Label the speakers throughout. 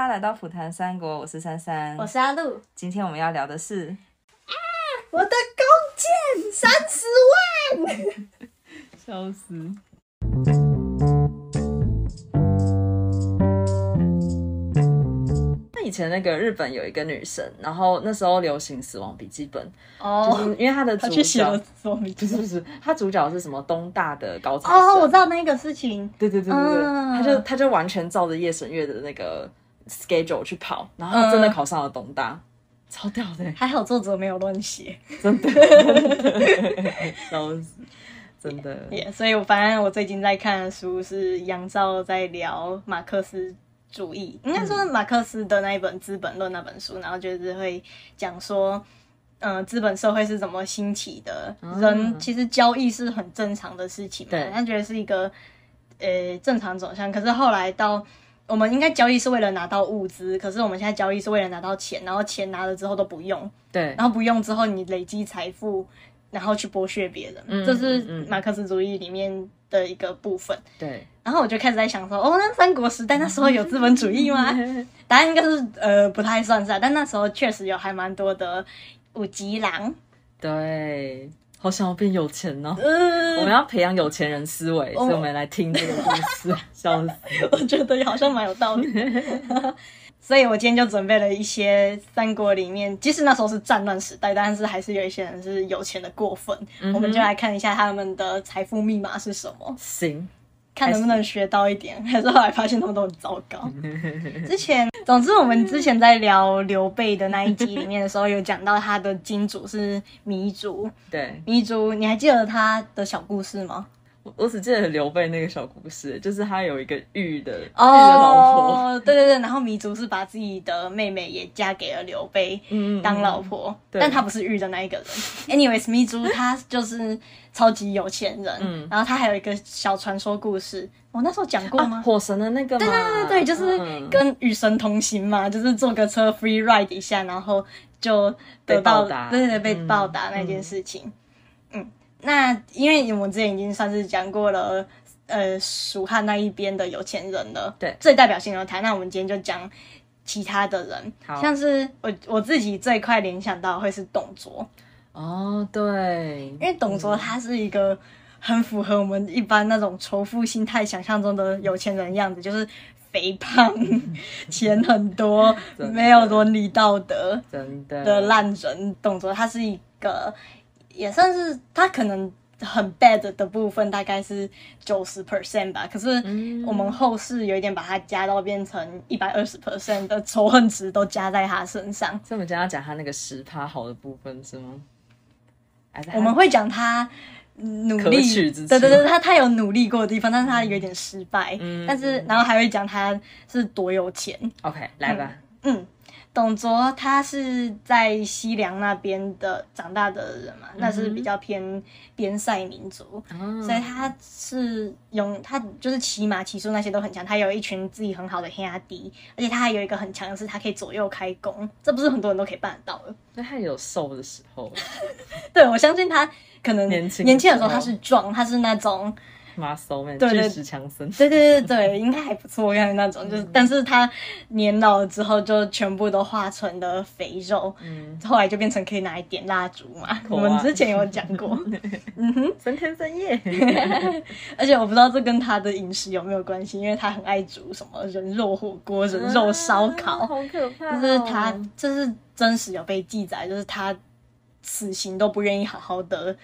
Speaker 1: 来到虎谈三国，我是珊珊，
Speaker 2: 我是阿露。
Speaker 1: 今天我们要聊的是
Speaker 2: 我的弓箭三十万，
Speaker 1: 笑死。那以前那个日本有一个女神，然后那时候流行《死亡笔记本》就是
Speaker 2: 哦，
Speaker 1: 因为她的主
Speaker 3: 他
Speaker 1: 角
Speaker 3: 去写了死亡笔
Speaker 1: 不
Speaker 3: 记
Speaker 1: 是不是，她主角是什么东大的高材生？
Speaker 2: 哦，我知道那个事情，
Speaker 1: 对对对对对，
Speaker 2: 嗯
Speaker 1: 他就他就完全照着夜神月的那个 schedule 去跑，然后他真的考上了东大，超屌的欸，
Speaker 2: 还好作者没有乱写
Speaker 1: 真的，真的 笑死，真的。
Speaker 2: 耶。所以我反正我最近在看的书是杨照在聊马克思。主义应该说马克思的那一本《资本论》那本书，然后就是会讲说，嗯、资本社会是怎么兴起的，人其实交易是很正常的事情嘛
Speaker 1: 对，
Speaker 2: 他觉得是一个呃正常走向。可是后来到我们应该交易是为了拿到物资，可是我们现在交易是为了拿到钱，然后钱拿了之后都不用，
Speaker 1: 对
Speaker 2: 然后不用之后你累积财富，然后去剥削别人，这是马克思主义里面的一个部分。
Speaker 1: 对，
Speaker 2: 然后我就开始在想说，哦，那三国时代那时候有资本主义吗？答案应该是呃不太算是啊，但那时候确实有还蛮多的五级狼，
Speaker 1: 对，好想要变有钱哦。 我们
Speaker 2: 嗯，
Speaker 1: 要培养有钱人思维，
Speaker 2: 哦
Speaker 1: 所以我们来听这个故 事，笑死。
Speaker 2: 我觉得好像蛮有道理的。所以我今天就准备了一些三国里面，即使那时候是战乱时代，但是还是有一些人是有钱的过分。我们就来看一下他们的财富密码是什么。
Speaker 1: 行，
Speaker 2: 看能不能学到一点， 还是后来发现他们都很糟 糕。之前，总之我们之前在聊刘备的那一集里面的时候，有讲到他的金主是糜竺，
Speaker 1: 对
Speaker 2: 糜竺，你还记得他的小故事吗？
Speaker 1: 我我只记得刘备那个小故事，就是他有一个玉的玉的老婆，
Speaker 2: 哦，对对对，然后糜竺是把自己的妹妹也嫁给了刘备
Speaker 1: 嗯
Speaker 2: 当老婆，
Speaker 1: 对
Speaker 2: 但他不是玉的那一个人。Anyways，糜竺他就是超级有钱人，
Speaker 1: 嗯
Speaker 2: 然后他还有一个小传说故事，我那时候讲过吗
Speaker 1: 啊？火神的那个嘛，对
Speaker 2: 对对，就是
Speaker 1: 嗯
Speaker 2: 跟与神同行嘛，就是坐个车 free ride 一下，然后就得
Speaker 1: 被
Speaker 2: 到
Speaker 1: 报答
Speaker 2: 对对对被
Speaker 1: 嗯
Speaker 2: 报答那件事情。嗯那因为我们之前已经算是讲过了，呃，蜀汉那一边的有钱人了，
Speaker 1: 对
Speaker 2: 最代表性的他，那我们今天就讲其他的人
Speaker 1: 好，
Speaker 2: 像是我我自己最快联想到的会是董卓，
Speaker 1: 哦，对，
Speaker 2: 因为董
Speaker 1: 嗯
Speaker 2: 卓他是一个很符合我们一般那种仇富心态想象中的有钱人样子，就是肥胖、钱很多、
Speaker 1: 嗯 真的
Speaker 2: 没有伦理道德
Speaker 1: 真的
Speaker 2: 的烂人。董卓他是一个，也算是他可能。很 bad 的部分大概是九十 percent 吧，可是我
Speaker 1: 嗯
Speaker 2: 们后世有一点把它加到变成一百二十 percent 的仇恨值都加在他身上。
Speaker 1: 所以我们今天要讲他那个十趴好的部分是吗？还是他
Speaker 2: 我们会讲他努
Speaker 1: 可
Speaker 2: 力
Speaker 1: 取之，处
Speaker 2: 对对对，他他有努力过的地方，但是他有点失败。
Speaker 1: 嗯
Speaker 2: 但是然后还会讲他是多有钱。
Speaker 1: OK 来吧，
Speaker 2: 嗯，董卓他是在西凉那边的长大的人嘛，那是
Speaker 1: 嗯
Speaker 2: 比较偏边塞民族，
Speaker 1: 啊
Speaker 2: 所以他是用他就是骑马、骑术那些都很强，他有一群自己很好的黑阿弟，而且他还有一个很强的是他可以左右开弓，这不是很多人都可以办得到的。
Speaker 1: 那他有瘦的时候
Speaker 2: 对，我相信他可能
Speaker 1: 年轻的
Speaker 2: 年轻的时候
Speaker 1: 时候
Speaker 2: 他是壮，他是那种
Speaker 1: ，muscle man
Speaker 2: 对对
Speaker 1: 巨石强森，
Speaker 2: 对对对对，应该还不错看那种，
Speaker 1: 嗯
Speaker 2: 就是，但是他年老了之后就全部都化成了肥肉，
Speaker 1: 嗯，
Speaker 2: 后来就变成可以拿来点蜡烛嘛。
Speaker 1: 口
Speaker 2: 我
Speaker 1: 啊
Speaker 2: 们之前有讲过，
Speaker 1: 三天三夜，
Speaker 2: 而且我不知道这跟他的饮食有没有关系，因为他很爱煮什么人肉火锅、人肉烧
Speaker 1: 啊
Speaker 2: 烤，
Speaker 1: 好可怕
Speaker 2: 就
Speaker 1: 哦，
Speaker 2: 是 他这是真实有被记载，就是他死刑都不愿意好好的。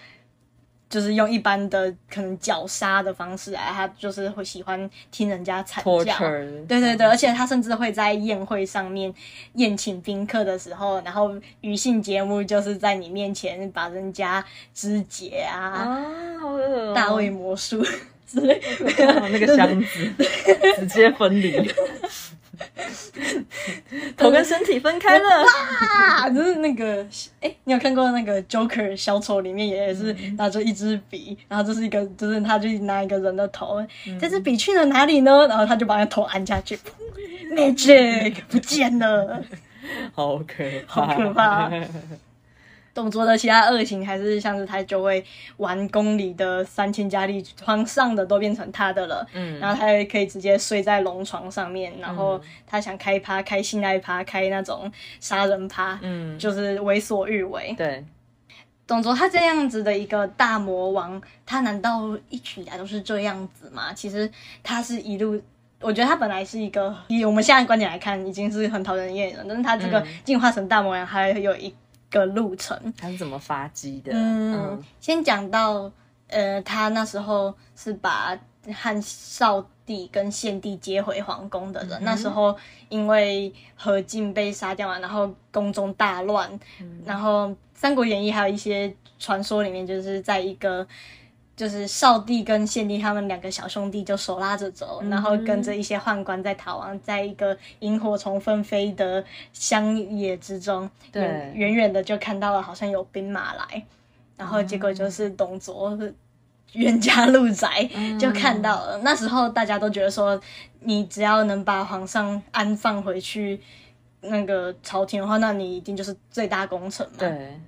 Speaker 2: 就是用一般的可能绞杀的方式啊，他就是会喜欢听人家惨叫，啊
Speaker 1: torture，
Speaker 2: 对对对，而且他甚至会在宴会上面宴请宾客的时候，然后娱性节目就是在你面前把人家肢解啊、
Speaker 1: 啊，好恶哦，
Speaker 2: 大卫魔术 之类，
Speaker 1: 哦那个箱子 直接分离，头跟身体分开 了，
Speaker 2: 啊，就是那个哎，你有看过那个 Joker 小丑里面也是拿着一支笔，然后这是一个就是他就拿一个人的头，这支笔去了哪里呢？然后他就把那头按下去 ，magic 不见了。
Speaker 1: 好可怕，
Speaker 2: 好可怕董卓的其他恶行，还是像是他就会玩宫里的三千佳丽，皇上的都变成他的了，嗯，然后他也可以直接睡在龙床上面，然
Speaker 1: 嗯
Speaker 2: 后他想开趴、开性爱趴、开那种杀人趴，
Speaker 1: 嗯，
Speaker 2: 就是为所欲为。
Speaker 1: 对，
Speaker 2: 董卓他这样子的一个大魔王，他难道一直以来都是这样子吗？其实他是一路，我觉得他本来是一个，以我们现在的观点来看，已经是很讨人厌了，但是他这个进化成大魔王，还有一个路程。
Speaker 1: 他是怎么发迹的？
Speaker 2: 嗯，先讲到呃，他那时候是把汉少帝跟献帝接回皇宫的人。那时候因为何进被杀掉嘛，然后宫中大乱，然后《三国演义》还有一些传说里面，就是在一个。就是少帝跟献帝他们两个小兄弟就手拉着走，然后跟着一些宦官在逃亡，在一个萤火虫纷飞的乡野之中，
Speaker 1: 对
Speaker 2: 远远远的就看到了好像有兵马来，然后结果就是董卓冤家路窄，就看到了。那时候大家都觉得说，你只要能把皇上安放回去那个朝廷的话，那你一定就是最大功臣嘛。
Speaker 1: 对，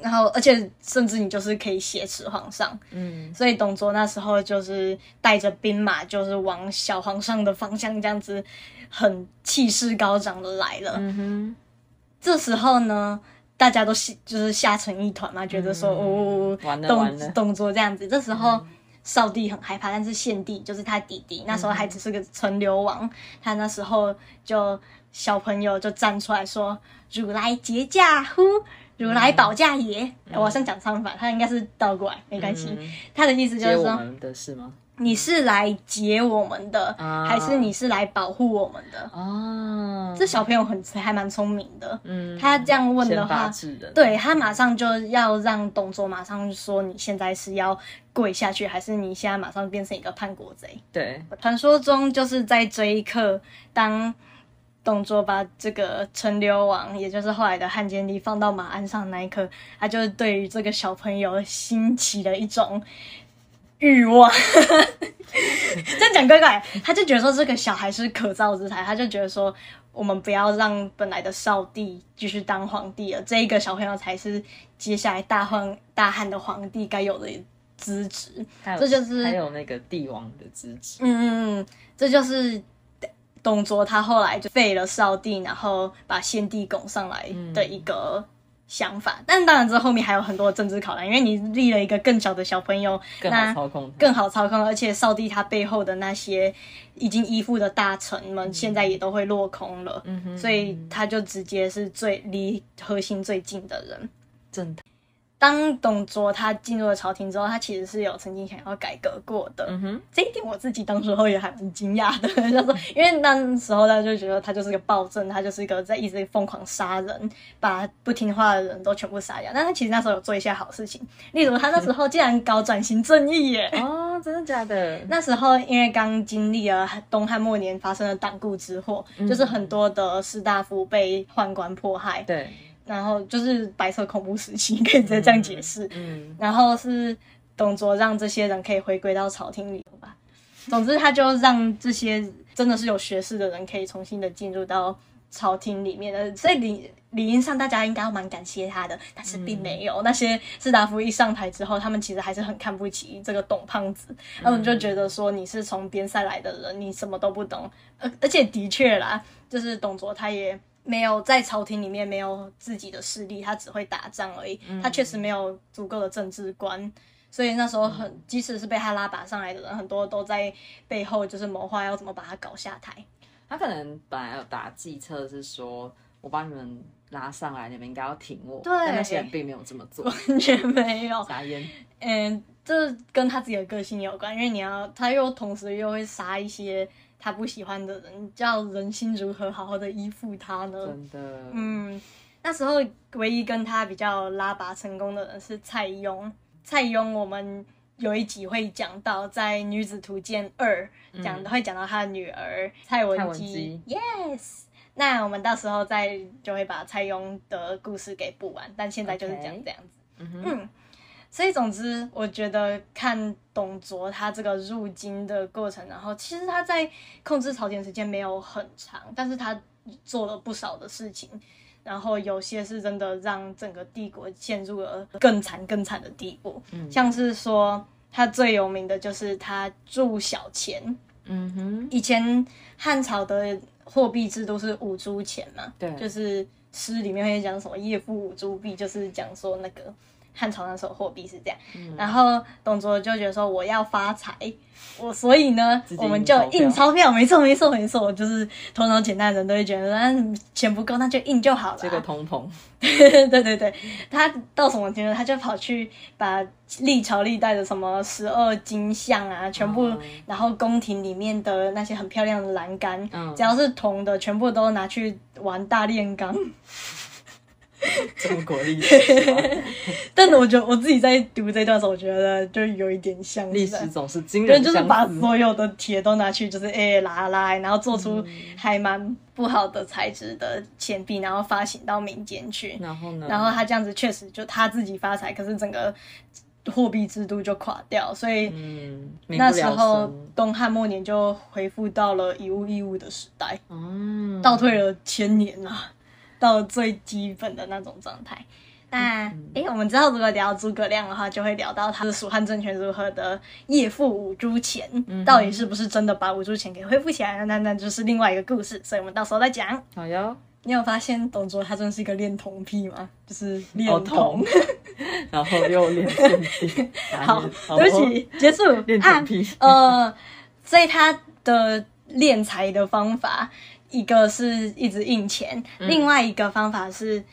Speaker 2: 然后，而且甚至你就是可以挟持皇上，
Speaker 1: 嗯，
Speaker 2: 所以董卓那时候就是带着兵马，就是往小皇上的方向这样子，很气势高涨的来了。
Speaker 1: 嗯哼，
Speaker 2: 这时候呢，大家都吓就是吓成一团嘛，觉得说、哦，
Speaker 1: 嗯完了完了嗯
Speaker 2: 董董卓这样子。这时候、少帝很害怕，但是献帝就是他弟弟，那时候还只是个陈留王，他那时候就小朋友就站出来说：“汝来劫驾乎？”
Speaker 1: 嗯
Speaker 2: 如来保驾也，我好像讲唱反，他应该是倒过来，没关系。
Speaker 1: 嗯
Speaker 2: 他的意思就
Speaker 1: 接
Speaker 2: 是
Speaker 1: 我
Speaker 2: 说，
Speaker 1: 们的是吗？
Speaker 2: 你是来劫我们的，
Speaker 1: 啊
Speaker 2: 还是你是来保护我们的？
Speaker 1: 啊，
Speaker 2: 这小朋友很还蛮聪明的，
Speaker 1: 嗯，
Speaker 2: 他这样问的
Speaker 1: 先发
Speaker 2: 话，
Speaker 1: 制人，
Speaker 2: 对他马上就要让董卓马上说你现在是要跪下去，还是你现在马上变成一个叛国贼？
Speaker 1: 对，
Speaker 2: 传说中就是在这一刻，当董卓把这个陈留王，也就是后来的汉献帝放到马鞍上那一刻，他就是对于这个小朋友兴起了一种欲望。 这样讲怪怪，他就觉得说这个小孩是可造之材，他就觉得说我们不要让本来的少帝继续当皇帝了，这一个小朋友才是接下来大汉大汉的皇帝该有的资质。
Speaker 1: 还有
Speaker 2: 这就是
Speaker 1: 还有那个帝王的支持，
Speaker 2: 嗯嗯，嗯，这就是董卓他后来就废了少帝，然后把献帝拱上来的一个想法。但当然，这后面还有很多政治考量，因为你立了一个更小的小朋友，
Speaker 1: 更好
Speaker 2: 那
Speaker 1: 操控他，
Speaker 2: 更好操控，而且少帝他背后的那些已经依附的大臣们，现在也都会落空了。
Speaker 1: 嗯哼，
Speaker 2: 所以他就直接是最离核心最近的人。
Speaker 1: 正统，
Speaker 2: 当董卓他进入了朝廷之后，他其实是有曾经想要改革过的。
Speaker 1: 嗯哼，
Speaker 2: 这一点我自己当时候也还蛮惊讶的， 就是说因为那时候大家就觉得他就是个暴政，他就是一个在一直疯狂杀人，把不听话的人都全部杀掉。但他其实那时候有做一些好事情，例如他那时候竟然搞转型正义耶。
Speaker 1: 哦，真的假的？
Speaker 2: 那时候因为刚经历了东汉末年发生的党锢之祸，
Speaker 1: 嗯
Speaker 2: 就是很多的士大夫被宦官迫害，
Speaker 1: 对，
Speaker 2: 然后就是白色恐怖时期，可以直接这样解释。
Speaker 1: 嗯，
Speaker 2: 然后是董卓让这些人可以回归到朝廷里吧。总之，他就让这些真的是有学识的人可以重新的进入到朝廷里面的，所以理理应上大家应该蛮感谢他的，但是并没有。那些士大夫一上台之后，他们其实还是很看不起这个董胖子，他们就觉得说你是从边塞来的人，你什么都不懂。而而且的确啦，就是董卓他也没有在朝廷里面没有自己的势力，他只会打仗而已，他确实没有足够的政治观。所以那时候很，即使是被他拉拔上来的人，很多都在背后就是谋划要怎么把他搞下台。
Speaker 1: 他可能本来有打计策是说，我把你们拉上来，你们应该要挺我，
Speaker 2: 对
Speaker 1: 但那些人并没有这么做，
Speaker 2: 完全没有，
Speaker 1: 傻眼，
Speaker 2: 嗯，这跟他自己的个性有关，因为你要，他又同时又会杀一些他不喜欢的人，叫人心如何好好的依附他呢？
Speaker 1: 真的，
Speaker 2: 嗯，那时候唯一跟他比较拉拔成功的人是蔡邕，蔡邕我们有一集会讲到，在《女子图鉴二》讲、会讲到他的女儿
Speaker 1: 嗯
Speaker 2: 蔡
Speaker 1: 蔡
Speaker 2: 文
Speaker 1: 文
Speaker 2: 姬
Speaker 1: 姬。
Speaker 2: Yes，那我们到时候再就会把蔡邕的故事给补完，但现在就是讲
Speaker 1: OK
Speaker 2: 这样子。
Speaker 1: 嗯哼
Speaker 2: 嗯，所以总之，我觉得看董卓他这个入京的过程，然后其实他在控制朝廷时间没有很长，但是他做了不少的事情。然后有些是真的让整个帝国陷入了更惨更惨的地步，
Speaker 1: 嗯
Speaker 2: 像是说他最有名的就是他铸小钱，
Speaker 1: 嗯哼，
Speaker 2: 以前汉朝的货币制度是五铢钱嘛，
Speaker 1: 对
Speaker 2: 就是诗里面会讲什么“夜付五铢币”，就是讲说那个汉朝那时候货币是这样。
Speaker 1: 嗯
Speaker 2: 然后董卓就觉得说我要发财，我所以呢
Speaker 1: 直，接
Speaker 2: 我们
Speaker 1: 印
Speaker 2: 就
Speaker 1: 钞票
Speaker 2: 印钞票，没错没错没错，就是头脑简单的人都会觉得，嗯，钱不够那就印就好了啊、
Speaker 1: 这个通膨，
Speaker 2: 对对对，他到什么阶段，他就跑去把历朝历代的什么十二金像啊，全部，
Speaker 1: 嗯
Speaker 2: 然后宫廷里面的那些很漂亮的栏杆，
Speaker 1: 嗯
Speaker 2: 只要是铜的，全部都拿去玩大炼钢。
Speaker 1: 中国历史是吧
Speaker 2: 但是我觉得我自己在读这段时候，我觉得就有一点像是
Speaker 1: 历
Speaker 2: 在
Speaker 1: 史总是惊
Speaker 2: 对，
Speaker 1: 人
Speaker 2: 就是
Speaker 1: 相
Speaker 2: 把
Speaker 1: 似。
Speaker 2: 所有的铁都拿去，就是哎、拉拉，然后做
Speaker 1: 嗯
Speaker 2: 出还蛮不好的材质的钱币，然后发行到民间去。
Speaker 1: 然后呢？
Speaker 2: 然后他这样子确实就他自己发财，可是整个货币制度就垮掉，所以
Speaker 1: 嗯，民不
Speaker 2: 那时
Speaker 1: 聊
Speaker 2: 候
Speaker 1: 生
Speaker 2: 东汉末年就恢复到了以物易物的时代，
Speaker 1: 嗯，
Speaker 2: 倒退了千年啊， 到了最基本的那种状态。那
Speaker 1: 嗯
Speaker 2: 诶、我们知道如果聊诸葛亮的话，就会聊到他的蜀汉政权如何的夜付五铢钱，
Speaker 1: 嗯
Speaker 2: 到底是不是真的把五铢钱给恢复起来了？那那就是另外一个故事，所以我们到时候再讲。
Speaker 1: 好哟。
Speaker 2: 你有发现董卓他真的是一个恋童癖吗？就是恋
Speaker 1: 哦童。
Speaker 2: 童
Speaker 1: 然后又练身体，
Speaker 2: 好，对不起，结束
Speaker 1: 练成屁
Speaker 2: 啊。呃，所以他的敛财的方法，一个是一直印钱，另外一个方法是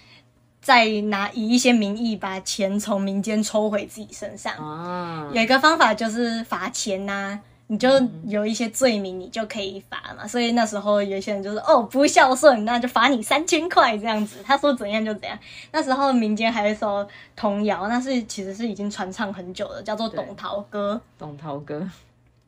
Speaker 2: 再拿以一些名义把钱从民间抽回自己身上。
Speaker 1: 啊，
Speaker 2: 有一个方法就是罚钱呐、你就有一些罪名，你就可以罚嘛。所以那时候有一些人就是哦不孝顺，那就罚你三千块这样子。他说怎样就怎样。那时候民间还有一首童谣，那是其实是已经传唱很久了，叫做《
Speaker 1: 对
Speaker 2: 董桃歌》。
Speaker 1: 董涛哥，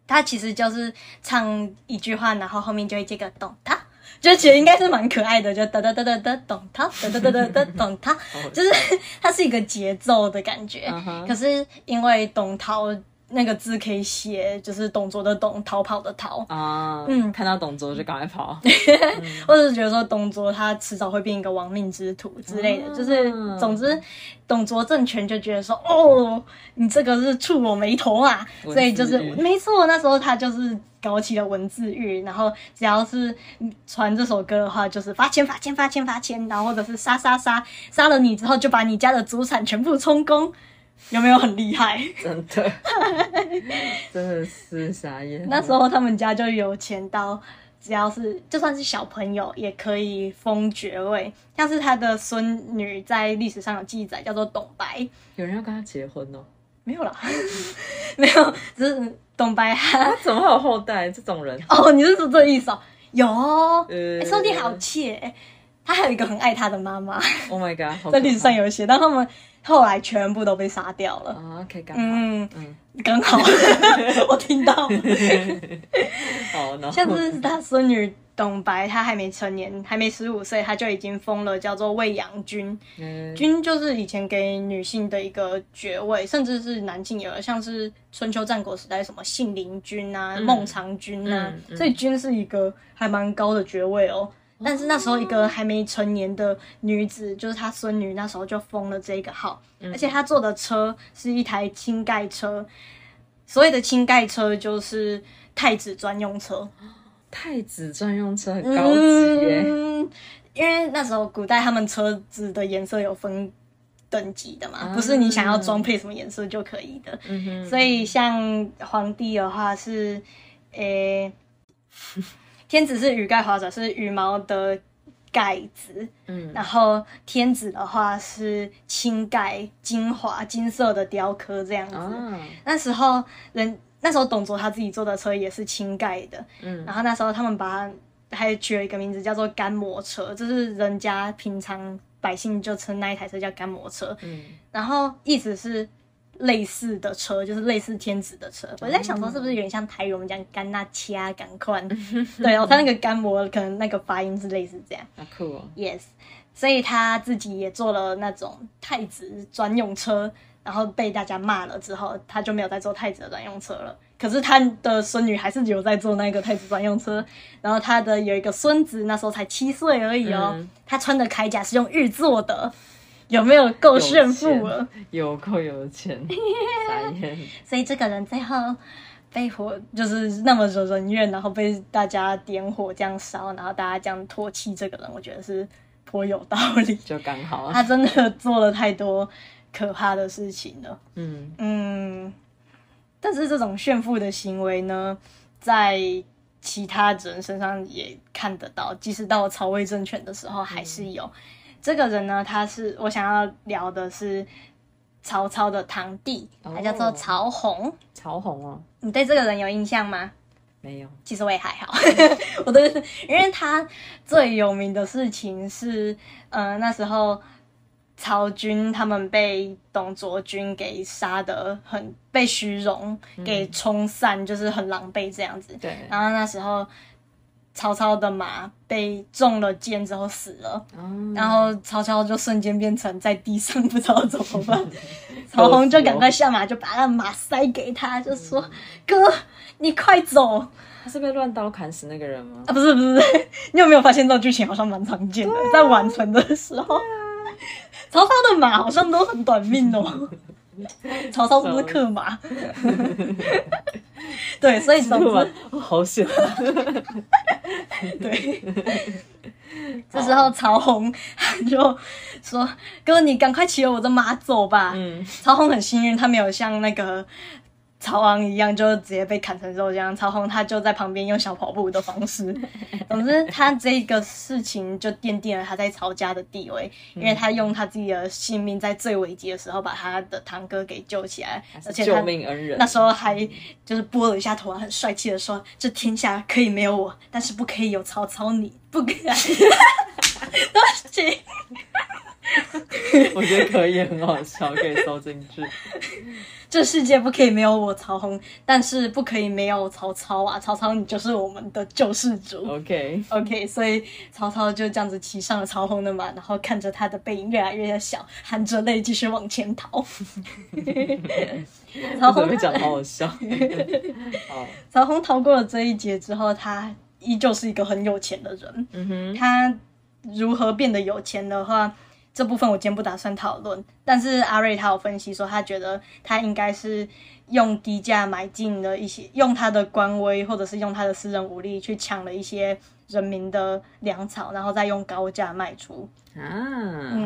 Speaker 2: 它其实就是唱一句话，然后后面就会接个懂它，就其实应该是蛮可爱的，就哒哒哒哒哒懂它，哒哒哒哒哒懂它，就是它是一个节奏的感觉。
Speaker 1: 嗯哼
Speaker 2: 可是因为董逃那个字可以写，就是董卓的董，逃跑的逃，
Speaker 1: 啊，
Speaker 2: 嗯
Speaker 1: 看到董卓就赶快跑，
Speaker 2: 或者是觉得说董卓他迟早会变一个亡命之徒之类的，
Speaker 1: 啊
Speaker 2: 就是总之，董卓政权就觉得说，哦，你这个是触我眉头啊，
Speaker 1: 文字狱
Speaker 2: 所以就是没错，那时候他就是搞起了文字狱，然后只要是传这首歌的话，就是罚钱罚钱罚钱罚钱，然后或者是杀杀杀，杀了你之后就把你家的祖产全部充公，有没有很厉害？
Speaker 1: 真的，真的是傻眼。
Speaker 2: 那时候他们家就有钱到，只要是就算是小朋友也可以封爵位，像是他的孙女在历史上有记载叫做董白，
Speaker 1: 有人要跟他结婚哦，
Speaker 2: 没有啦， 没有，只是董白
Speaker 1: 他
Speaker 2: 他
Speaker 1: 啊怎么会有后代？这种人，
Speaker 2: 哦，你是说这意思哦？有哦，
Speaker 1: 呃
Speaker 2: 欸说不定好切、欸，他还有一个很爱他的妈妈，
Speaker 1: Oh my god，好可怕
Speaker 2: 在历史上有写，但他们后来全部都被杀掉了。
Speaker 1: 啊，OK，刚好，
Speaker 2: 嗯，
Speaker 1: 嗯，
Speaker 2: 刚好 我听到了。
Speaker 1: 好，然后
Speaker 2: 嗯像是他孙女董白，她还没成年，还没十五岁，她就已经封了叫做未养君。
Speaker 1: 嗯
Speaker 2: 君就是以前给女性的一个爵位，甚至是男性也有，像是春秋战国时代什么信陵君啊、孟尝君啊，
Speaker 1: 嗯嗯嗯
Speaker 2: 所以君是一个还蛮高的爵位哦。但是那时候一
Speaker 1: 哦
Speaker 2: 个还没成年的女子，就是她孙女，那时候就封了这个号，
Speaker 1: 嗯
Speaker 2: 而且她坐的车是一台轻盖车。所谓的轻盖车就是太子专用车，
Speaker 1: 太子专用车很高级耶，
Speaker 2: 嗯，因为那时候古代他们车子的颜色有分等级的嘛，
Speaker 1: 啊
Speaker 2: 不是你想要装配什么颜色就可以的。
Speaker 1: 嗯哼，
Speaker 2: 所以像皇帝的话是，诶、 天子是羽盖华者，是羽毛的盖子，
Speaker 1: 嗯
Speaker 2: 然后天子的话是青盖金华金色的雕刻这样子。
Speaker 1: 啊，
Speaker 2: 那时候人那时候董卓他自己坐的车也是轻盖的，
Speaker 1: 嗯
Speaker 2: 然后那时候他们把它还取了一个名字叫做干摩车，就是人家平常百姓就称那一台车叫干摩车，
Speaker 1: 嗯，
Speaker 2: 然后意思是。类似的车就是类似天子的车，
Speaker 1: 嗯
Speaker 2: 我在想说是不是有点像台语我们讲干那掐赶 快，对哦，他那个干摩可能那个发音是类似这样
Speaker 1: 好酷哦，
Speaker 2: ，yes，所以他自己也做了那种太子专用车，然后被大家骂了之后，他就没有再做太子的专用车了。可是他的孙女还是有在坐那个太子专用车，然后他的有一个孙子，那时候才七岁而已哦，
Speaker 1: 嗯
Speaker 2: 他穿的铠甲是用玉做的，有没有够炫富了？
Speaker 1: 有够有 钱，傻眼。
Speaker 2: 所以这个人最后被火，就是那么惹人怨，然后被大家点火这样烧，然后大家这样唾弃这个人，我觉得是颇有道理。
Speaker 1: 就刚好啊，
Speaker 2: 他真的 做了太多可怕的事情了。
Speaker 1: 嗯，
Speaker 2: 嗯，但是这种炫富的行为呢，在其他人身上也看得到，即使到曹魏政权的时候还是有。这个人呢，他是我想要聊的是曹操的堂弟，
Speaker 1: 哦
Speaker 2: 他叫做曹洪。
Speaker 1: 潮红哦，
Speaker 2: 你对这个人有印象吗？
Speaker 1: 没有，
Speaker 2: 其实我也还好， 我对，因为他最有名的事情是，呃，那时候曹军他们被董卓军给杀的很被虚荣给冲散，就是很狼狈这样子。
Speaker 1: 对，
Speaker 2: 然后那时候曹操的马被中了箭之后死了，
Speaker 1: 嗯
Speaker 2: 然后曹操就瞬间变成在地上不知道怎么办，曹洪就赶快下马就把他的马塞给他，就说：“哥，你快走。”
Speaker 1: 他是被乱刀砍死那个人吗
Speaker 2: 啊，？不是不是，不是你有没有发现这种剧情好像蛮常见的，在晚城的时候，曹操的马好像都很短命哦。曹操是不是克马？ 对，所以总
Speaker 1: 是吗
Speaker 2: 之，？
Speaker 1: 哦好险啊！
Speaker 2: 对，这时候曹洪 他就说：“哥，你赶快骑着我的马走吧。”
Speaker 1: 嗯，
Speaker 2: 曹洪很幸运，他没有像那个曹昂一样，就直接被砍成肉酱。曹洪他就在旁边用小跑步的方式。总之，他这个事情就奠定了他在曹家的地位，因为他用他自己的性命在最危急的时候把他的堂哥给救起来，而且
Speaker 1: 救
Speaker 2: 他。
Speaker 1: 命恩人
Speaker 2: 那，时候还就是拨了一下头，很帅气的说：“这天下可以没有我，但是不可以有曹操你，不可以。” 对不起，
Speaker 1: 我觉得可以很好笑，可以收进去。
Speaker 2: 这世界不可以没有我曹洪，但是不可以没有曹操啊！曹操，你就是我们的救世主。
Speaker 1: OK，
Speaker 2: OK，所以曹操就这样子骑上了曹洪的马，然后看着他的背影越来越小，含着泪继续往前逃。
Speaker 1: 我
Speaker 2: 曹
Speaker 1: 怎么
Speaker 2: 洪
Speaker 1: 会讲得好好笑？好，
Speaker 2: 曹洪逃过了这一劫之后，他依旧是一个很有钱的人。
Speaker 1: 嗯哼，
Speaker 2: 他如何变得有钱的话，这部分我今天不打算讨论。但是阿瑞他有分析说，他觉得他应该是用低价买进了一些，用他的官威或者是用他的私人武力去抢了一些人民的粮草，然后再用高价卖出。
Speaker 1: 啊，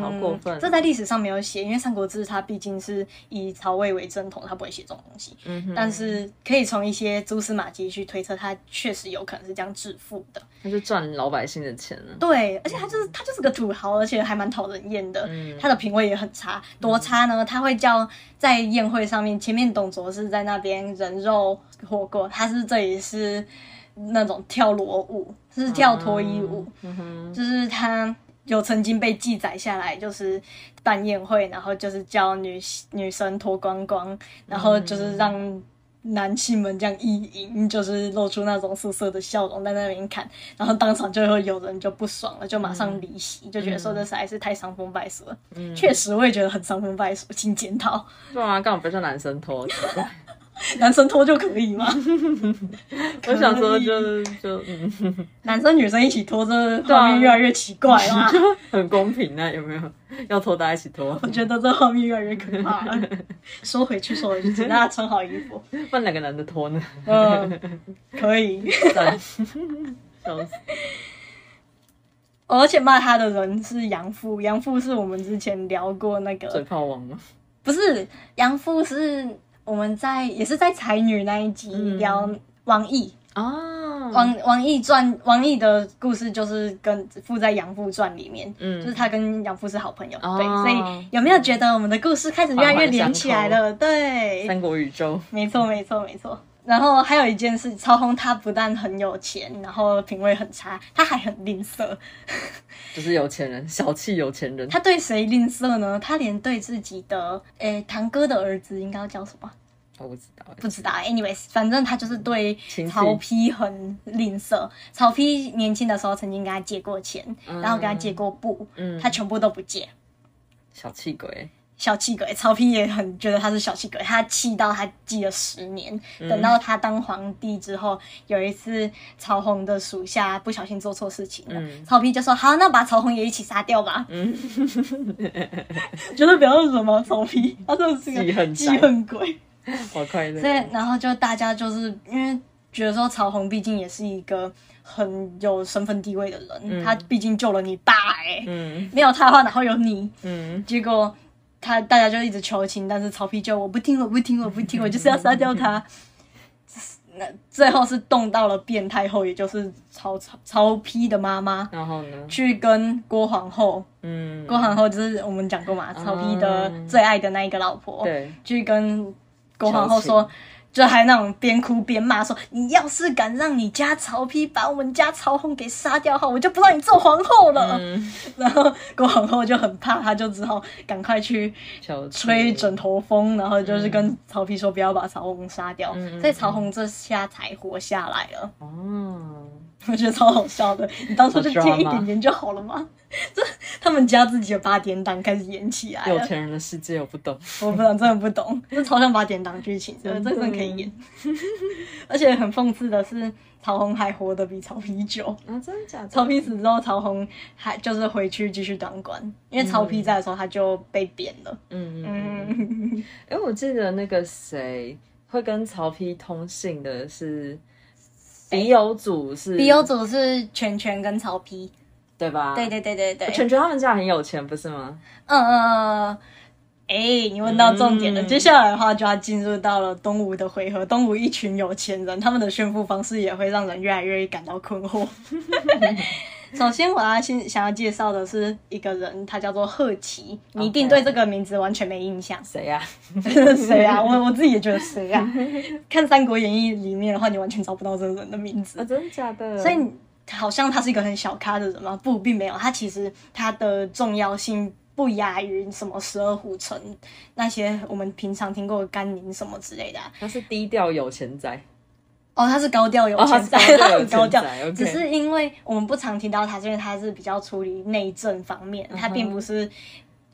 Speaker 1: 好过分
Speaker 2: 嗯！这在历史上没有写，因为《三国志》它毕竟是以曹魏为正统，它不会写这种东西。
Speaker 1: 嗯哼
Speaker 2: 但是可以从一些蛛丝马迹去推测，他确实有可能是这样致富的。
Speaker 1: 他就赚老百姓的钱了。
Speaker 2: 对，而且他就是他就是个土豪，而且还蛮讨人厌的。
Speaker 1: 嗯
Speaker 2: 他的品味也很差，多差呢？他会叫在宴会上面，前面董卓是在那边人肉火锅，他是这里是那种跳裸舞，是跳脱衣舞，
Speaker 1: 嗯哼，
Speaker 2: 就是他。有曾经被记载下来，就是办宴会，然后就是叫女女生脱光光，然后
Speaker 1: 嗯
Speaker 2: 就是让男性们这样意淫，就是露出那种涩涩的笑容在那边看，然后当场就会有人就不爽了，就马上离席，就觉得说这实在是太伤风败俗了。确实，我也觉得很伤风败俗，请检讨。
Speaker 1: 对啊，干嘛不叫男生啊脱？奇怪
Speaker 2: 男生脱就可以吗？
Speaker 1: 我想说就是就嗯，
Speaker 2: 男生女生一起脱，这
Speaker 1: 啊
Speaker 2: 画面越来越奇怪啊啦。
Speaker 1: 很公平啊，有没有？要脱大家一起啊脱，
Speaker 2: 我觉得这画面越来越可怕了。说回去，说回去，请大家穿好衣服。
Speaker 1: 换两个男的脱呢？
Speaker 2: 嗯，可以。
Speaker 1: 赞笑死！
Speaker 2: 而且骂他的人是杨父，杨父是我们之前聊过那个
Speaker 1: 嘴炮王啊吗？
Speaker 2: 不是杨父是我们在也是在才女那一集
Speaker 1: 嗯
Speaker 2: 聊王毅，
Speaker 1: 哦，
Speaker 2: 王王毅传王毅的故事就是跟附在杨父传里面，
Speaker 1: 嗯
Speaker 2: 就是他跟杨父是好朋友，
Speaker 1: 哦
Speaker 2: 对，所以有没有觉得我们的故事开始越来越连起来了？对，
Speaker 1: 三国宇宙，
Speaker 2: 没错，没错，没错。然后还有一件事，曹洪他不但很有钱，然后品味很差，他还很吝啬。
Speaker 1: 就是有钱人，小气有钱人。
Speaker 2: 他对谁吝啬呢？他连对自己的诶堂哥的儿子应该要叫什么？
Speaker 1: 我不知道欸，
Speaker 2: 不知道，anyways，反正他就是对
Speaker 1: 亲戚
Speaker 2: 曹丕很吝啬。曹丕年轻的时候曾经跟他借过钱，然后跟他借过布，
Speaker 1: 嗯
Speaker 2: 他全部都不借。
Speaker 1: 小气鬼，欸
Speaker 2: 小气鬼，曹丕也很觉得他是小气鬼，他气到他记了十年。
Speaker 1: 嗯
Speaker 2: 等到他当皇帝之后，有一次曹洪的属下不小心做错事情了，
Speaker 1: 嗯
Speaker 2: 曹丕就说：“好，那把曹洪也一起杀掉吧。” 绝对不要什么曹丕，他真的是
Speaker 1: 记
Speaker 2: 个
Speaker 1: 恨
Speaker 2: 记
Speaker 1: 宅
Speaker 2: 恨鬼。
Speaker 1: 好快乐。
Speaker 2: 所以，然后就大家就是因为觉得说曹洪毕竟也是一个很有身份地位的人，他毕竟救了你爸哎、
Speaker 1: 嗯
Speaker 2: 没有他的话哪会有你？
Speaker 1: 嗯，
Speaker 2: 结果他大家就一直求情，但是曹丕就我不听，我不听，我不听，我就是要杀掉他。
Speaker 1: 嗯
Speaker 2: 那最后是动到了卞太后，也就是曹曹曹丕的妈妈，
Speaker 1: 然后呢？
Speaker 2: 去跟郭皇后，
Speaker 1: 嗯，
Speaker 2: 郭皇后就是我们讲过嘛，曹丕的
Speaker 1: 嗯
Speaker 2: 最爱的那一个老婆，
Speaker 1: 对，
Speaker 2: 去跟郭皇后
Speaker 1: 求
Speaker 2: 说，就还那种边哭边骂说：“你要是敢让你家曹丕把我们家曹洪给杀掉的话，我就不让你做皇后了。
Speaker 1: 嗯，
Speaker 2: 然后郭皇后就很怕，她就只好赶快去
Speaker 1: 小
Speaker 2: 吹枕头风，然后就是跟曹丕说不要把曹洪杀掉，
Speaker 1: 嗯嗯
Speaker 2: 所以曹洪这下才活下来了。
Speaker 1: 哦，
Speaker 2: 我觉得超好笑的，你当初就
Speaker 1: 好
Speaker 2: 贴一
Speaker 1: drama
Speaker 2: 点点就好了嘛。 这他们家自己的八点档开始演起来
Speaker 1: 有
Speaker 2: 了，
Speaker 1: 钱人的世界我不懂。
Speaker 2: 我不懂，真的不懂，嗯这超像八点档剧情，真
Speaker 1: 真
Speaker 2: 的
Speaker 1: 的
Speaker 2: 这真的可以演。 而且很讽刺的是，曹洪还活得比曹丕久。
Speaker 1: 啊，真的假的？
Speaker 2: 曹丕死之后，曹洪还就是回去继续当官，因为曹丕在的时候他就被贬了。
Speaker 1: 嗯，嗯嗯。
Speaker 2: 嗯，
Speaker 1: 哎，我记得那个谁会跟曹丕通信的是笔友组是
Speaker 2: 笔友组是全全跟曹丕，
Speaker 1: 对吧？
Speaker 2: 对对对对对，
Speaker 1: 全觉得他们家很有钱，不是吗？
Speaker 2: 嗯嗯嗯。嗯哎、你问到重点了。
Speaker 1: 嗯
Speaker 2: 接下来的话就要进入到了东吴的回合。东吴一群有钱人，他们的炫富方式也会让人越来越感到困惑。首先，我要先想要介绍的是一个人，他叫做贺齐。你一定
Speaker 1: OK，
Speaker 2: 对这个名字完全没印象
Speaker 1: 谁啊呀、
Speaker 2: 谁啊？我我自己也觉得谁 啊？看《三国演义》里面的话，你完全找不到这个人的名字
Speaker 1: 啊？。真的假 的？
Speaker 2: 所以你好像他是一个很小咖的人吗？不，并没有，他其实他的重要性不亚于什么十二虎城那些我们平常听过的甘宁什么之类的啊、
Speaker 1: 他是低调有钱仔，
Speaker 2: 哦，他是高调有钱仔，
Speaker 1: 哦他是高调
Speaker 2: 他很高调
Speaker 1: 有钱仔，，OK
Speaker 2: 只是因为我们不常提到他，是因为他是比较处理内政方面，
Speaker 1: 嗯
Speaker 2: 他并不是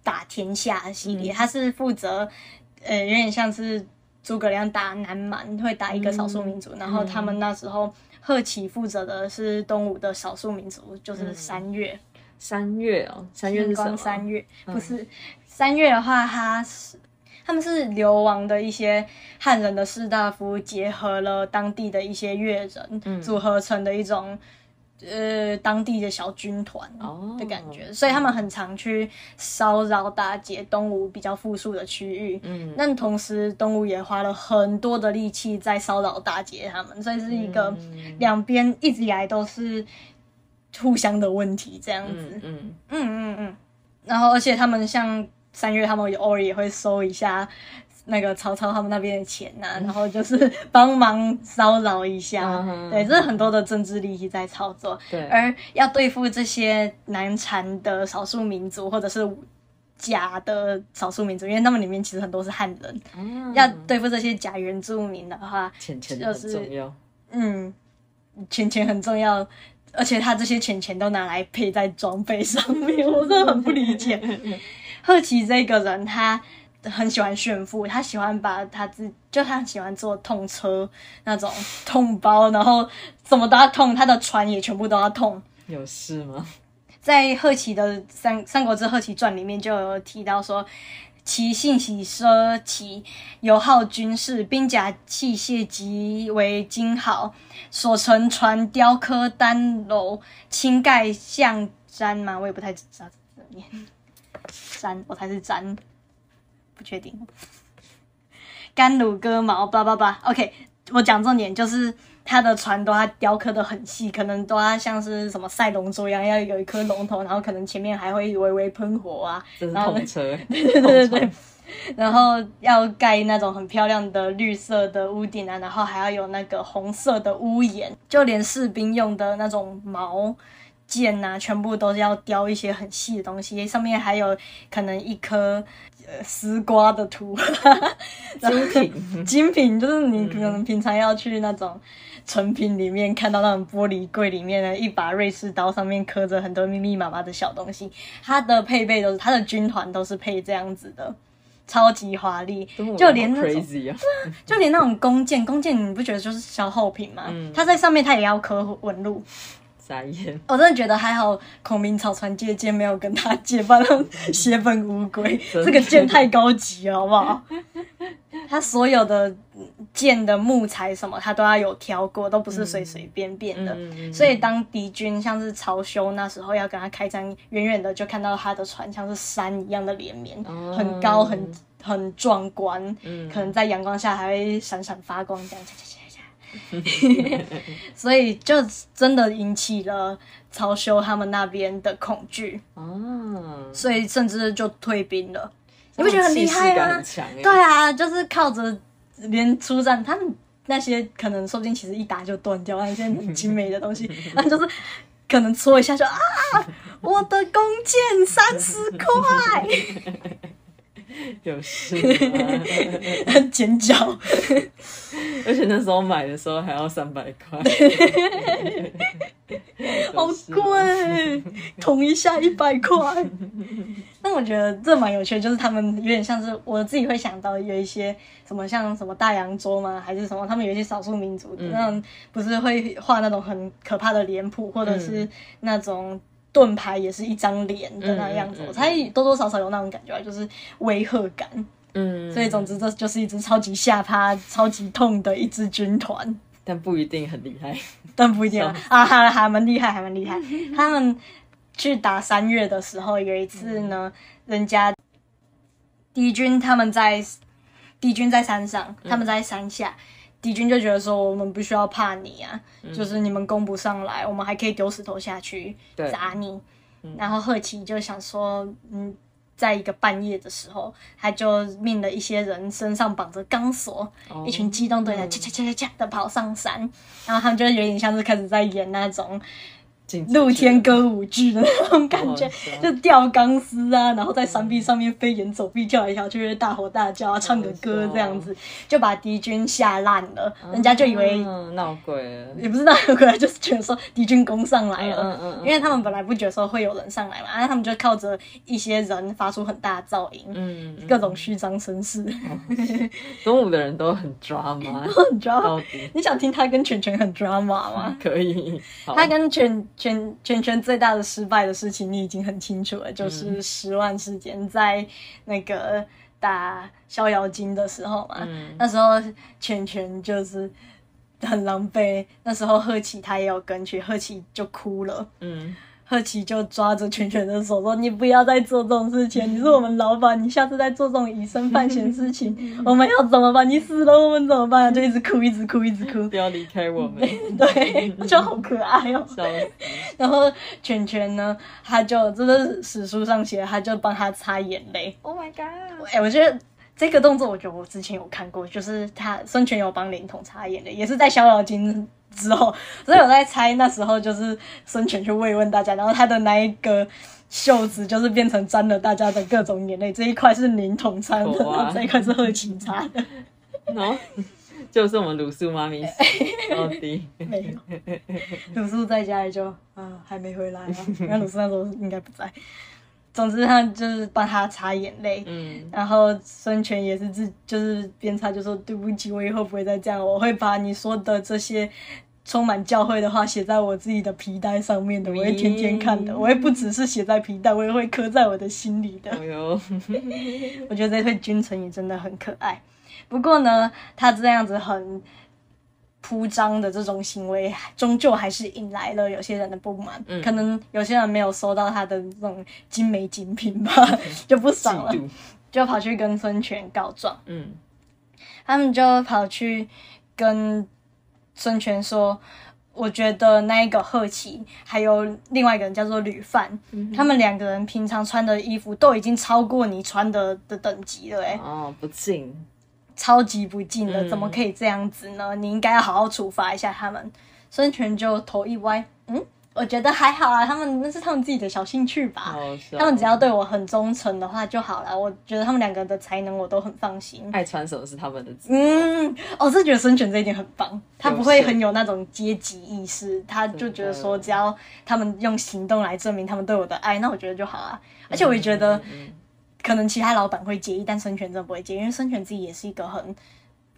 Speaker 2: 打天下系列，他是负责呃有点像是诸葛亮打南蛮，会打一个少数民
Speaker 1: 嗯
Speaker 2: 族，然后他们那时候贺启负责的是东吴的少数民族，
Speaker 1: 嗯
Speaker 2: 就是山越，
Speaker 1: 三月哦，三月是什
Speaker 2: 光
Speaker 1: 么？嗯
Speaker 2: 三越不是三越的话，他是。他们是流亡的一些汉人的士大夫，结合了当地的一些越人，
Speaker 1: 嗯
Speaker 2: 组合成的一种呃当地的小军团
Speaker 1: 哦
Speaker 2: 的感觉，所以他们很常去骚扰打劫东吴比较富庶的区域。嗯，但同时东吴也花了很多的力气在骚扰打劫他们，所以是一个
Speaker 1: 嗯
Speaker 2: 两边一直以来都是互相的问题这样子。
Speaker 1: 嗯嗯，
Speaker 2: 嗯嗯嗯，然后而且他们像三月，他们偶尔也会收一下那个曹操他们那边的钱呐、然后就是帮忙骚扰一下，
Speaker 1: 嗯哼
Speaker 2: 对，这是很多的政治利益在操作。
Speaker 1: 对，
Speaker 2: 而要对付这些难缠的少数民族或者是假的少数民族，因为他们里面其实很多是汉人，
Speaker 1: 嗯
Speaker 2: 要对付这些假原住民的话，
Speaker 1: 钱钱
Speaker 2: 就
Speaker 1: 很
Speaker 2: 是
Speaker 1: 重要，
Speaker 2: 嗯，钱钱很重要，而且他这些钱钱都拿来配在装备上面，我真的很不理解。贺奇这个人，他很喜欢炫富，他喜欢把他自就他很喜欢坐痛车那种痛包，然后什么都要痛，他的船也全部都要痛。
Speaker 1: 有事吗？
Speaker 2: 在贺奇的《三三国志·贺奇传》里面就有提到说，其性喜奢侈，尤好军事，兵甲器械极为精好，所乘船雕刻丹楼，青盖象毡嘛，我也不太知道怎么念，毡，我才是毡，不确定。甘露割毛，叭叭叭，OK，我讲重点就是它的船都它雕刻的很细，可能都要像是什么赛龙舟一样，要有一颗龙头，然后可能前面还会微微喷火啊，
Speaker 1: 这是
Speaker 2: 然后
Speaker 1: 痛车，
Speaker 2: 对对对，然后要盖那种很漂亮的绿色的屋顶啊，然后还要有那个红色的屋檐，就连士兵用的那种毛剑呐、全部都是要雕一些很细的东西，上面还有可能一颗呃丝瓜的图，
Speaker 1: 精 品，
Speaker 2: 精品，就是你可能平常要去那种成品里面看到那种玻璃柜里面的一把瑞士刀，上面刻着很多密密麻麻的小东西。它的配备都是它的军团都是配这样子的超级华丽
Speaker 1: 中国人，
Speaker 2: 就连
Speaker 1: 好
Speaker 2: 那种
Speaker 1: crazy 啊，
Speaker 2: 就连那种弓箭，弓箭你不觉得就是消耗品吗？它在上面它也要刻纹路，
Speaker 1: 傻眼。
Speaker 2: 我真的觉得还好，孔明草船借箭没有跟他借，不然他 血本无归。
Speaker 1: 的
Speaker 2: 这个箭太高级了，好不好？他所有的箭的木材什么，他都要有挑过，都不是随随便便的。
Speaker 1: 嗯，
Speaker 2: 所以当敌军像是曹休那时候要跟他开战，远远的就看到他的船像是山一样的连绵，
Speaker 1: 哦
Speaker 2: 很高很很壮观，
Speaker 1: 嗯
Speaker 2: 可能在阳光下还会闪闪发光，这样恰恰恰恰。 所以就真的引起了曹休他们那边的恐惧，
Speaker 1: 啊，
Speaker 2: 所以甚至就退兵了。你不觉得很厉害
Speaker 1: 气势感
Speaker 2: 吗
Speaker 1: 很？强欸
Speaker 2: 对啊，就是靠着连出战，他们那些可能说不定其实一打就断掉那些很精美的 东西，然后就是可能戳一下就啊，我的弓箭三十 块，
Speaker 1: 有事吗，
Speaker 2: 尖叫。
Speaker 1: 啊而且那时候买的时候还要三百块，
Speaker 2: 好
Speaker 1: 有事吗，
Speaker 2: 贵，捅一下一百 块。但我觉得这蛮有趣的，就是他们有点像是我自己会想到有一些什么像什么大洋洲吗，还是什么，他们有一些少数民
Speaker 1: 嗯
Speaker 2: 族的那种不是会画那种很可怕的脸谱，或者是那种。盾牌也是一张脸的那样子，
Speaker 1: 嗯嗯嗯
Speaker 2: 我猜多多少少有那种感觉吧，就是威吓感。
Speaker 1: 嗯，
Speaker 2: 所以总之，这就是一支超级下趴、超级痛的一支军团。
Speaker 1: 但不一定很厉害，
Speaker 2: 但不一定啊，啊还还蛮厉害，还蛮厉害。他们去打三月的时候，有一次呢，人家敌军他们在敌军在山上，他们在山下，敌军就觉得说我们不需要怕你啊，就是你们攻不上来，我们还可以丢石头下去
Speaker 1: 对
Speaker 2: 砸你。然后贺奇就想说，嗯。在一个半夜的时候，他就命了一些人身上绑着钢索，
Speaker 1: 哦
Speaker 2: 一群机动队员恰恰恰恰恰的跑上山，然后他们就有点像是开始在演那种
Speaker 1: 进
Speaker 2: 露天歌舞剧的那种感觉
Speaker 1: 哇塞，
Speaker 2: 就吊钢丝啊，然后在山壁上面飞檐走壁，跳来跳去，大吼大叫啊，唱个歌这样子，就把敌军吓烂了，人家就以为。
Speaker 1: 嗯闹鬼了，
Speaker 2: 也不知道有个人就是觉得说敌军攻上来了，
Speaker 1: 嗯嗯嗯嗯
Speaker 2: 因为他们本来不觉得说会有人上来嘛，然后他们就靠着一些人发出很大的噪音，
Speaker 1: 嗯，
Speaker 2: 各种虚张声势，
Speaker 1: 中午的人都很抓 马，
Speaker 2: 你知道吗
Speaker 1: 到底
Speaker 2: 你想听他跟犬犬很 drama 吗？
Speaker 1: 可以，好
Speaker 2: 他跟犬犬犬犬最大的失败的事情，你已经很清楚
Speaker 1: 嗯
Speaker 2: 了，就是十万事件在那个打逍遥津的时候嘛，
Speaker 1: 嗯
Speaker 2: 那时候犬犬就是很狼狈。那时候贺奇他也有跟去，贺奇就哭了。
Speaker 1: 嗯，
Speaker 2: 贺奇就抓着犬犬的手说：“你不要再做这种事情，你是我们老板，你下次再做这种以身犯险的事情，
Speaker 1: 嗯
Speaker 2: 我们要怎么办？你死了我们怎么办？”就一直哭，一直哭，一直哭
Speaker 1: 不。要离开我们，
Speaker 2: 对， 我觉得好可爱哦、
Speaker 1: 笑死，
Speaker 2: 然后犬犬呢，他就这是史书上写的，他就帮他擦眼泪。
Speaker 1: Oh my god！
Speaker 2: 哎、我觉得这个动作，我觉得我之前有看过，就是他孙权有帮林统擦眼泪，也是在逍遥津之后，所以我在猜那时候就是孙权去慰问大家，然后他的那一个。袖子就是变成沾了大家的各种眼泪，这一块是林统擦的，
Speaker 1: 哇
Speaker 2: 然后这一块是贺琴擦的，
Speaker 1: 然后就是我们鲁肃妈咪死，到底
Speaker 2: 没有。鲁肃在家里就啊还没回来啊，因为鲁肃那时候应该不在。总之他就是帮他擦眼泪，
Speaker 1: 嗯，
Speaker 2: 然后孙权也是自就是边擦就说对不起，我以后不会再这样，我会把你说的这些充满教诲的话写在我自己的皮带上面的，我会天天看的，
Speaker 1: 咦
Speaker 2: 我也不只是写在皮带，我也会刻在我的心里的。
Speaker 1: 哎呦，
Speaker 2: 我觉得这对君臣也真的很可爱。不过呢，他这样子很铺张的这种行为，终究还是引来了有些人的不满。
Speaker 1: 嗯
Speaker 2: 可能有些人没有收到他的这种精美精品吧，就
Speaker 1: 嗯
Speaker 2: 不
Speaker 1: 嫉
Speaker 2: 爽了，
Speaker 1: 妒，
Speaker 2: 就跑去跟孙权告状。
Speaker 1: 嗯，
Speaker 2: 他们就跑去跟孙权说，我觉得那一个贺齐还有另外一个人叫做吕范，
Speaker 1: 嗯
Speaker 2: 他们两个人平常穿的衣服都已经超过你穿的的等级了、欸，
Speaker 1: 哦，不敬，
Speaker 2: 超级不敬的，
Speaker 1: 嗯
Speaker 2: 怎么可以这样子呢？你应该要好好处罚一下他们。孙权就头一歪，嗯，我觉得还好啊，他们那是他们自己的小兴趣吧。
Speaker 1: 好笑，
Speaker 2: 他们啊只要对我很忠诚的话就好了，我觉得他们两个的才能我都很放心。
Speaker 1: 爱穿什么是他们的自由，
Speaker 2: 嗯，我是觉得孙权这一点很棒，他不会
Speaker 1: 优秀
Speaker 2: 很有那种阶级意识，他就觉得说，只要他们用行动来证明他们对我的爱，那我觉得就好啊。而且我也觉得，可能其他老板会介意，但孙权真的不会介意，因为孙权自己也是一个很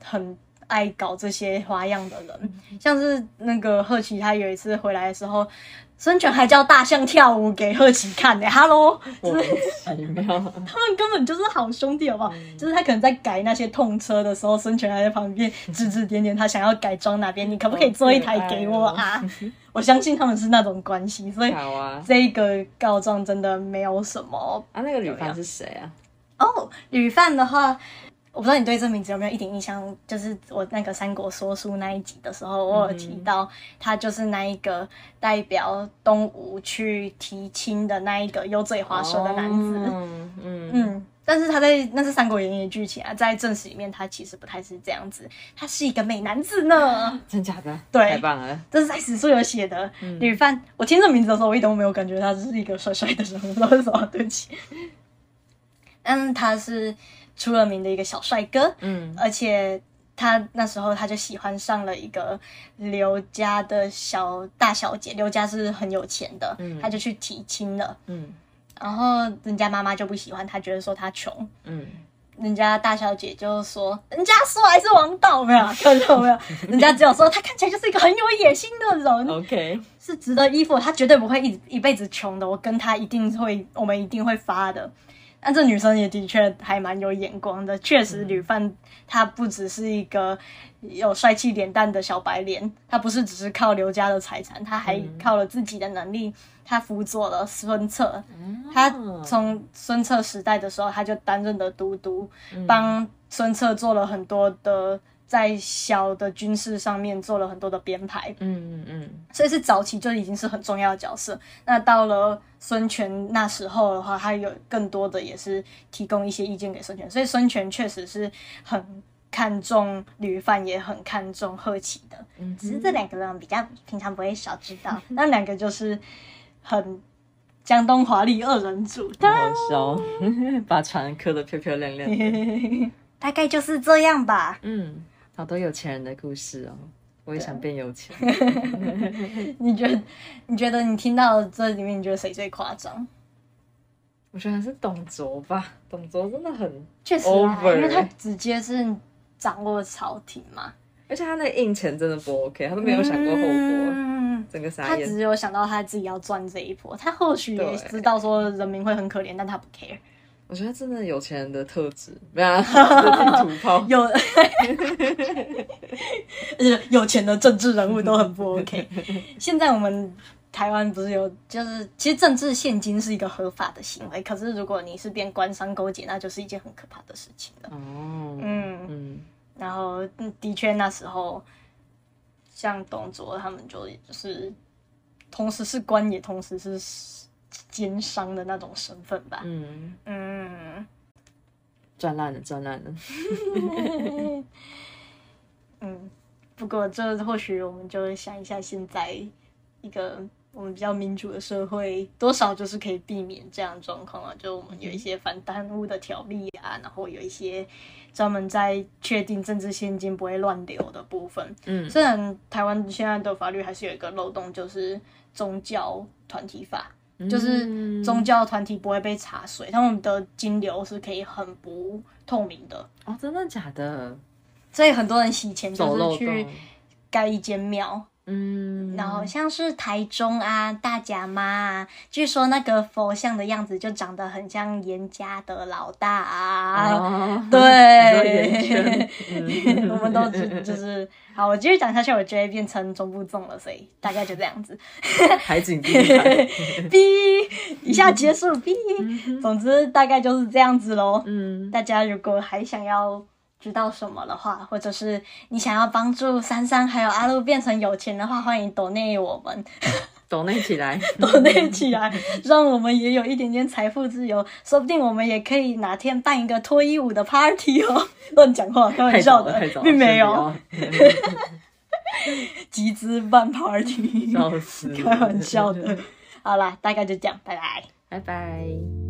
Speaker 2: 很爱搞这些花样的人。像是那个贺琪，他有一次回来的时候，孙权还教大象跳舞给贺琪看呢、欸。Hello，
Speaker 1: 莫名其 妙。
Speaker 2: 他们根本就是好兄弟，好不好？就是他可能在改那些痛车的时候，孙权还在旁边指指点点，他想要改装哪边，你可不可以做一台给我啊？我相信他们是那种关系，所以
Speaker 1: 好啊，
Speaker 2: 这个告状真的没有什么
Speaker 1: 啊，那个女犯是谁啊？
Speaker 2: 哦，吕范的话，我不知道你对这名字有没有一点印象？就是我那个《三国说书》那一集的时候，我有提到他就是那一个代表东吴去提亲的那一个油嘴滑舌的男子。
Speaker 1: 哦嗯
Speaker 2: 嗯，但是他在那是《三国演义》的剧情啊，在正史里面他其实不太是这样子，他是一个美男子呢。
Speaker 1: 真假的？
Speaker 2: 对
Speaker 1: 太棒了。
Speaker 2: 这是在史书有写的。吕范，我听这名字的时候，我一点都没有感觉他是一个帅帅的人，我不知道为什么，对不起。但是他是出了名的一个小帅哥，
Speaker 1: 嗯，
Speaker 2: 而且他那时候他就喜欢上了一个刘家的小大小姐，刘家是很有钱的，他就去提亲了。
Speaker 1: 嗯
Speaker 2: 然后人家妈妈就不喜欢他，觉得说他穷，
Speaker 1: 嗯，
Speaker 2: 人家大小姐就说，人家说还是王道没有啊， 看到没有？人家只有说他看起来就是一个很有野心的人，
Speaker 1: OK，
Speaker 2: 是值得依附，他绝对不会一一辈子穷的。我跟他一定会，我们一定会发的。但这女生也的确还蛮有眼光的，确实吕范她不只是一个有帅气脸蛋的小白脸，她不是只是靠刘家的财产，她还靠了自己的能力，她辅佐了孙策，他从孙策时代的时候，他就担任了都督，帮孙策做了很多的在小的军事上面做了很多的编排，
Speaker 1: 嗯嗯嗯，
Speaker 2: 所以是早期就已经是很重要的角色。那到了孙权那时候的话，他有更多的也是提供一些意见给孙权，所以孙权确实是很看重吕范，也很看重贺齐的。
Speaker 1: 嗯
Speaker 2: 只是这两个人比较平常不会少知道，那两个就是很嗯江东华丽二人组。
Speaker 1: 好好笑， 把船刻得漂漂亮亮的。
Speaker 2: 大概就是这样吧。
Speaker 1: 嗯，好多有钱人的故事哦，我也
Speaker 2: 啊
Speaker 1: 想变有钱。
Speaker 2: 你觉得？你觉得你听到这里面，你觉得谁最夸张？
Speaker 1: 我觉得还是董卓吧，董卓真的很，
Speaker 2: 确实啊
Speaker 1: Over
Speaker 2: 因为他直接是掌握朝廷嘛，
Speaker 1: 而且他那个印钱真的不 OK，他都没有想过后果，
Speaker 2: 嗯
Speaker 1: 整个傻
Speaker 2: 他
Speaker 1: 眼。
Speaker 2: 只有想到他自己要赚这一波，他或许也
Speaker 1: 对
Speaker 2: 知道说人民会很可怜，但他不 care。
Speaker 1: 我觉得真的有钱人的特质，没有啊 地图 炮。
Speaker 2: 有，呃有 钱的政治人物都很 不 OK。现在我们台湾不是有，就是其实政治现金是一个合法的行为，可是如果你是变官商勾结，那就是一件很可怕的事情了。
Speaker 1: 哦，
Speaker 2: 嗯，
Speaker 1: 嗯
Speaker 2: 然后嗯的确那时候，像董卓他们就就是同时是官，也同时是奸商的那种身份吧。
Speaker 1: 嗯，
Speaker 2: 嗯。
Speaker 1: 赚烂了，赚烂了。
Speaker 2: 嗯，不过这或许我们就想一下，现在一个我们比较民主的社会，多少就是可以避免这样的状况啊。就我们有一些反贪污的条例啊，然后有一些专门在确定政治现金不会乱流的部分。
Speaker 1: 嗯
Speaker 2: 虽然台湾现在的法律还是有一个漏洞，就是宗教团体法。嗯
Speaker 1: 嗯
Speaker 2: 就是宗教团体不会被查水，他们的金流是可以很不透明的，
Speaker 1: 哦，真的假的？
Speaker 2: 所以很多人洗钱
Speaker 1: 走
Speaker 2: 就
Speaker 1: 漏
Speaker 2: 是去
Speaker 1: 洞。
Speaker 2: 盖一间庙，
Speaker 1: 嗯，
Speaker 2: 然后像是台中啊、大甲妈啊，据说那个佛像的样子就长得很像严家的老大啊。
Speaker 1: 啊，你说
Speaker 2: 对
Speaker 1: 严，
Speaker 2: 我 们都知就是好，我继续讲下去，我就会变成中部众了，所以大概就这样 子。
Speaker 1: 海景地 带。
Speaker 2: 哔，一下结束哔，总之大概就是这样子喽。
Speaker 1: 嗯，
Speaker 2: 大家如果还想要知道什么的话，或者是你想要帮助珊珊还有阿露变成有钱的话，欢迎抖内我们，
Speaker 1: 懂内起来。
Speaker 2: 抖内起来，让我们也有一点点财富自由。说不定我们也可以哪天办一个脱衣舞的 party 哦。 乱讲话，开玩
Speaker 1: 太
Speaker 2: 笑
Speaker 1: 早
Speaker 2: 的
Speaker 1: 了，太早，了，
Speaker 2: 并没
Speaker 1: 先
Speaker 2: 有
Speaker 1: 不要，
Speaker 2: 集资办 party，
Speaker 1: 笑死，
Speaker 2: 开玩笑的。好啦，大概就这样，拜拜。
Speaker 1: 拜拜。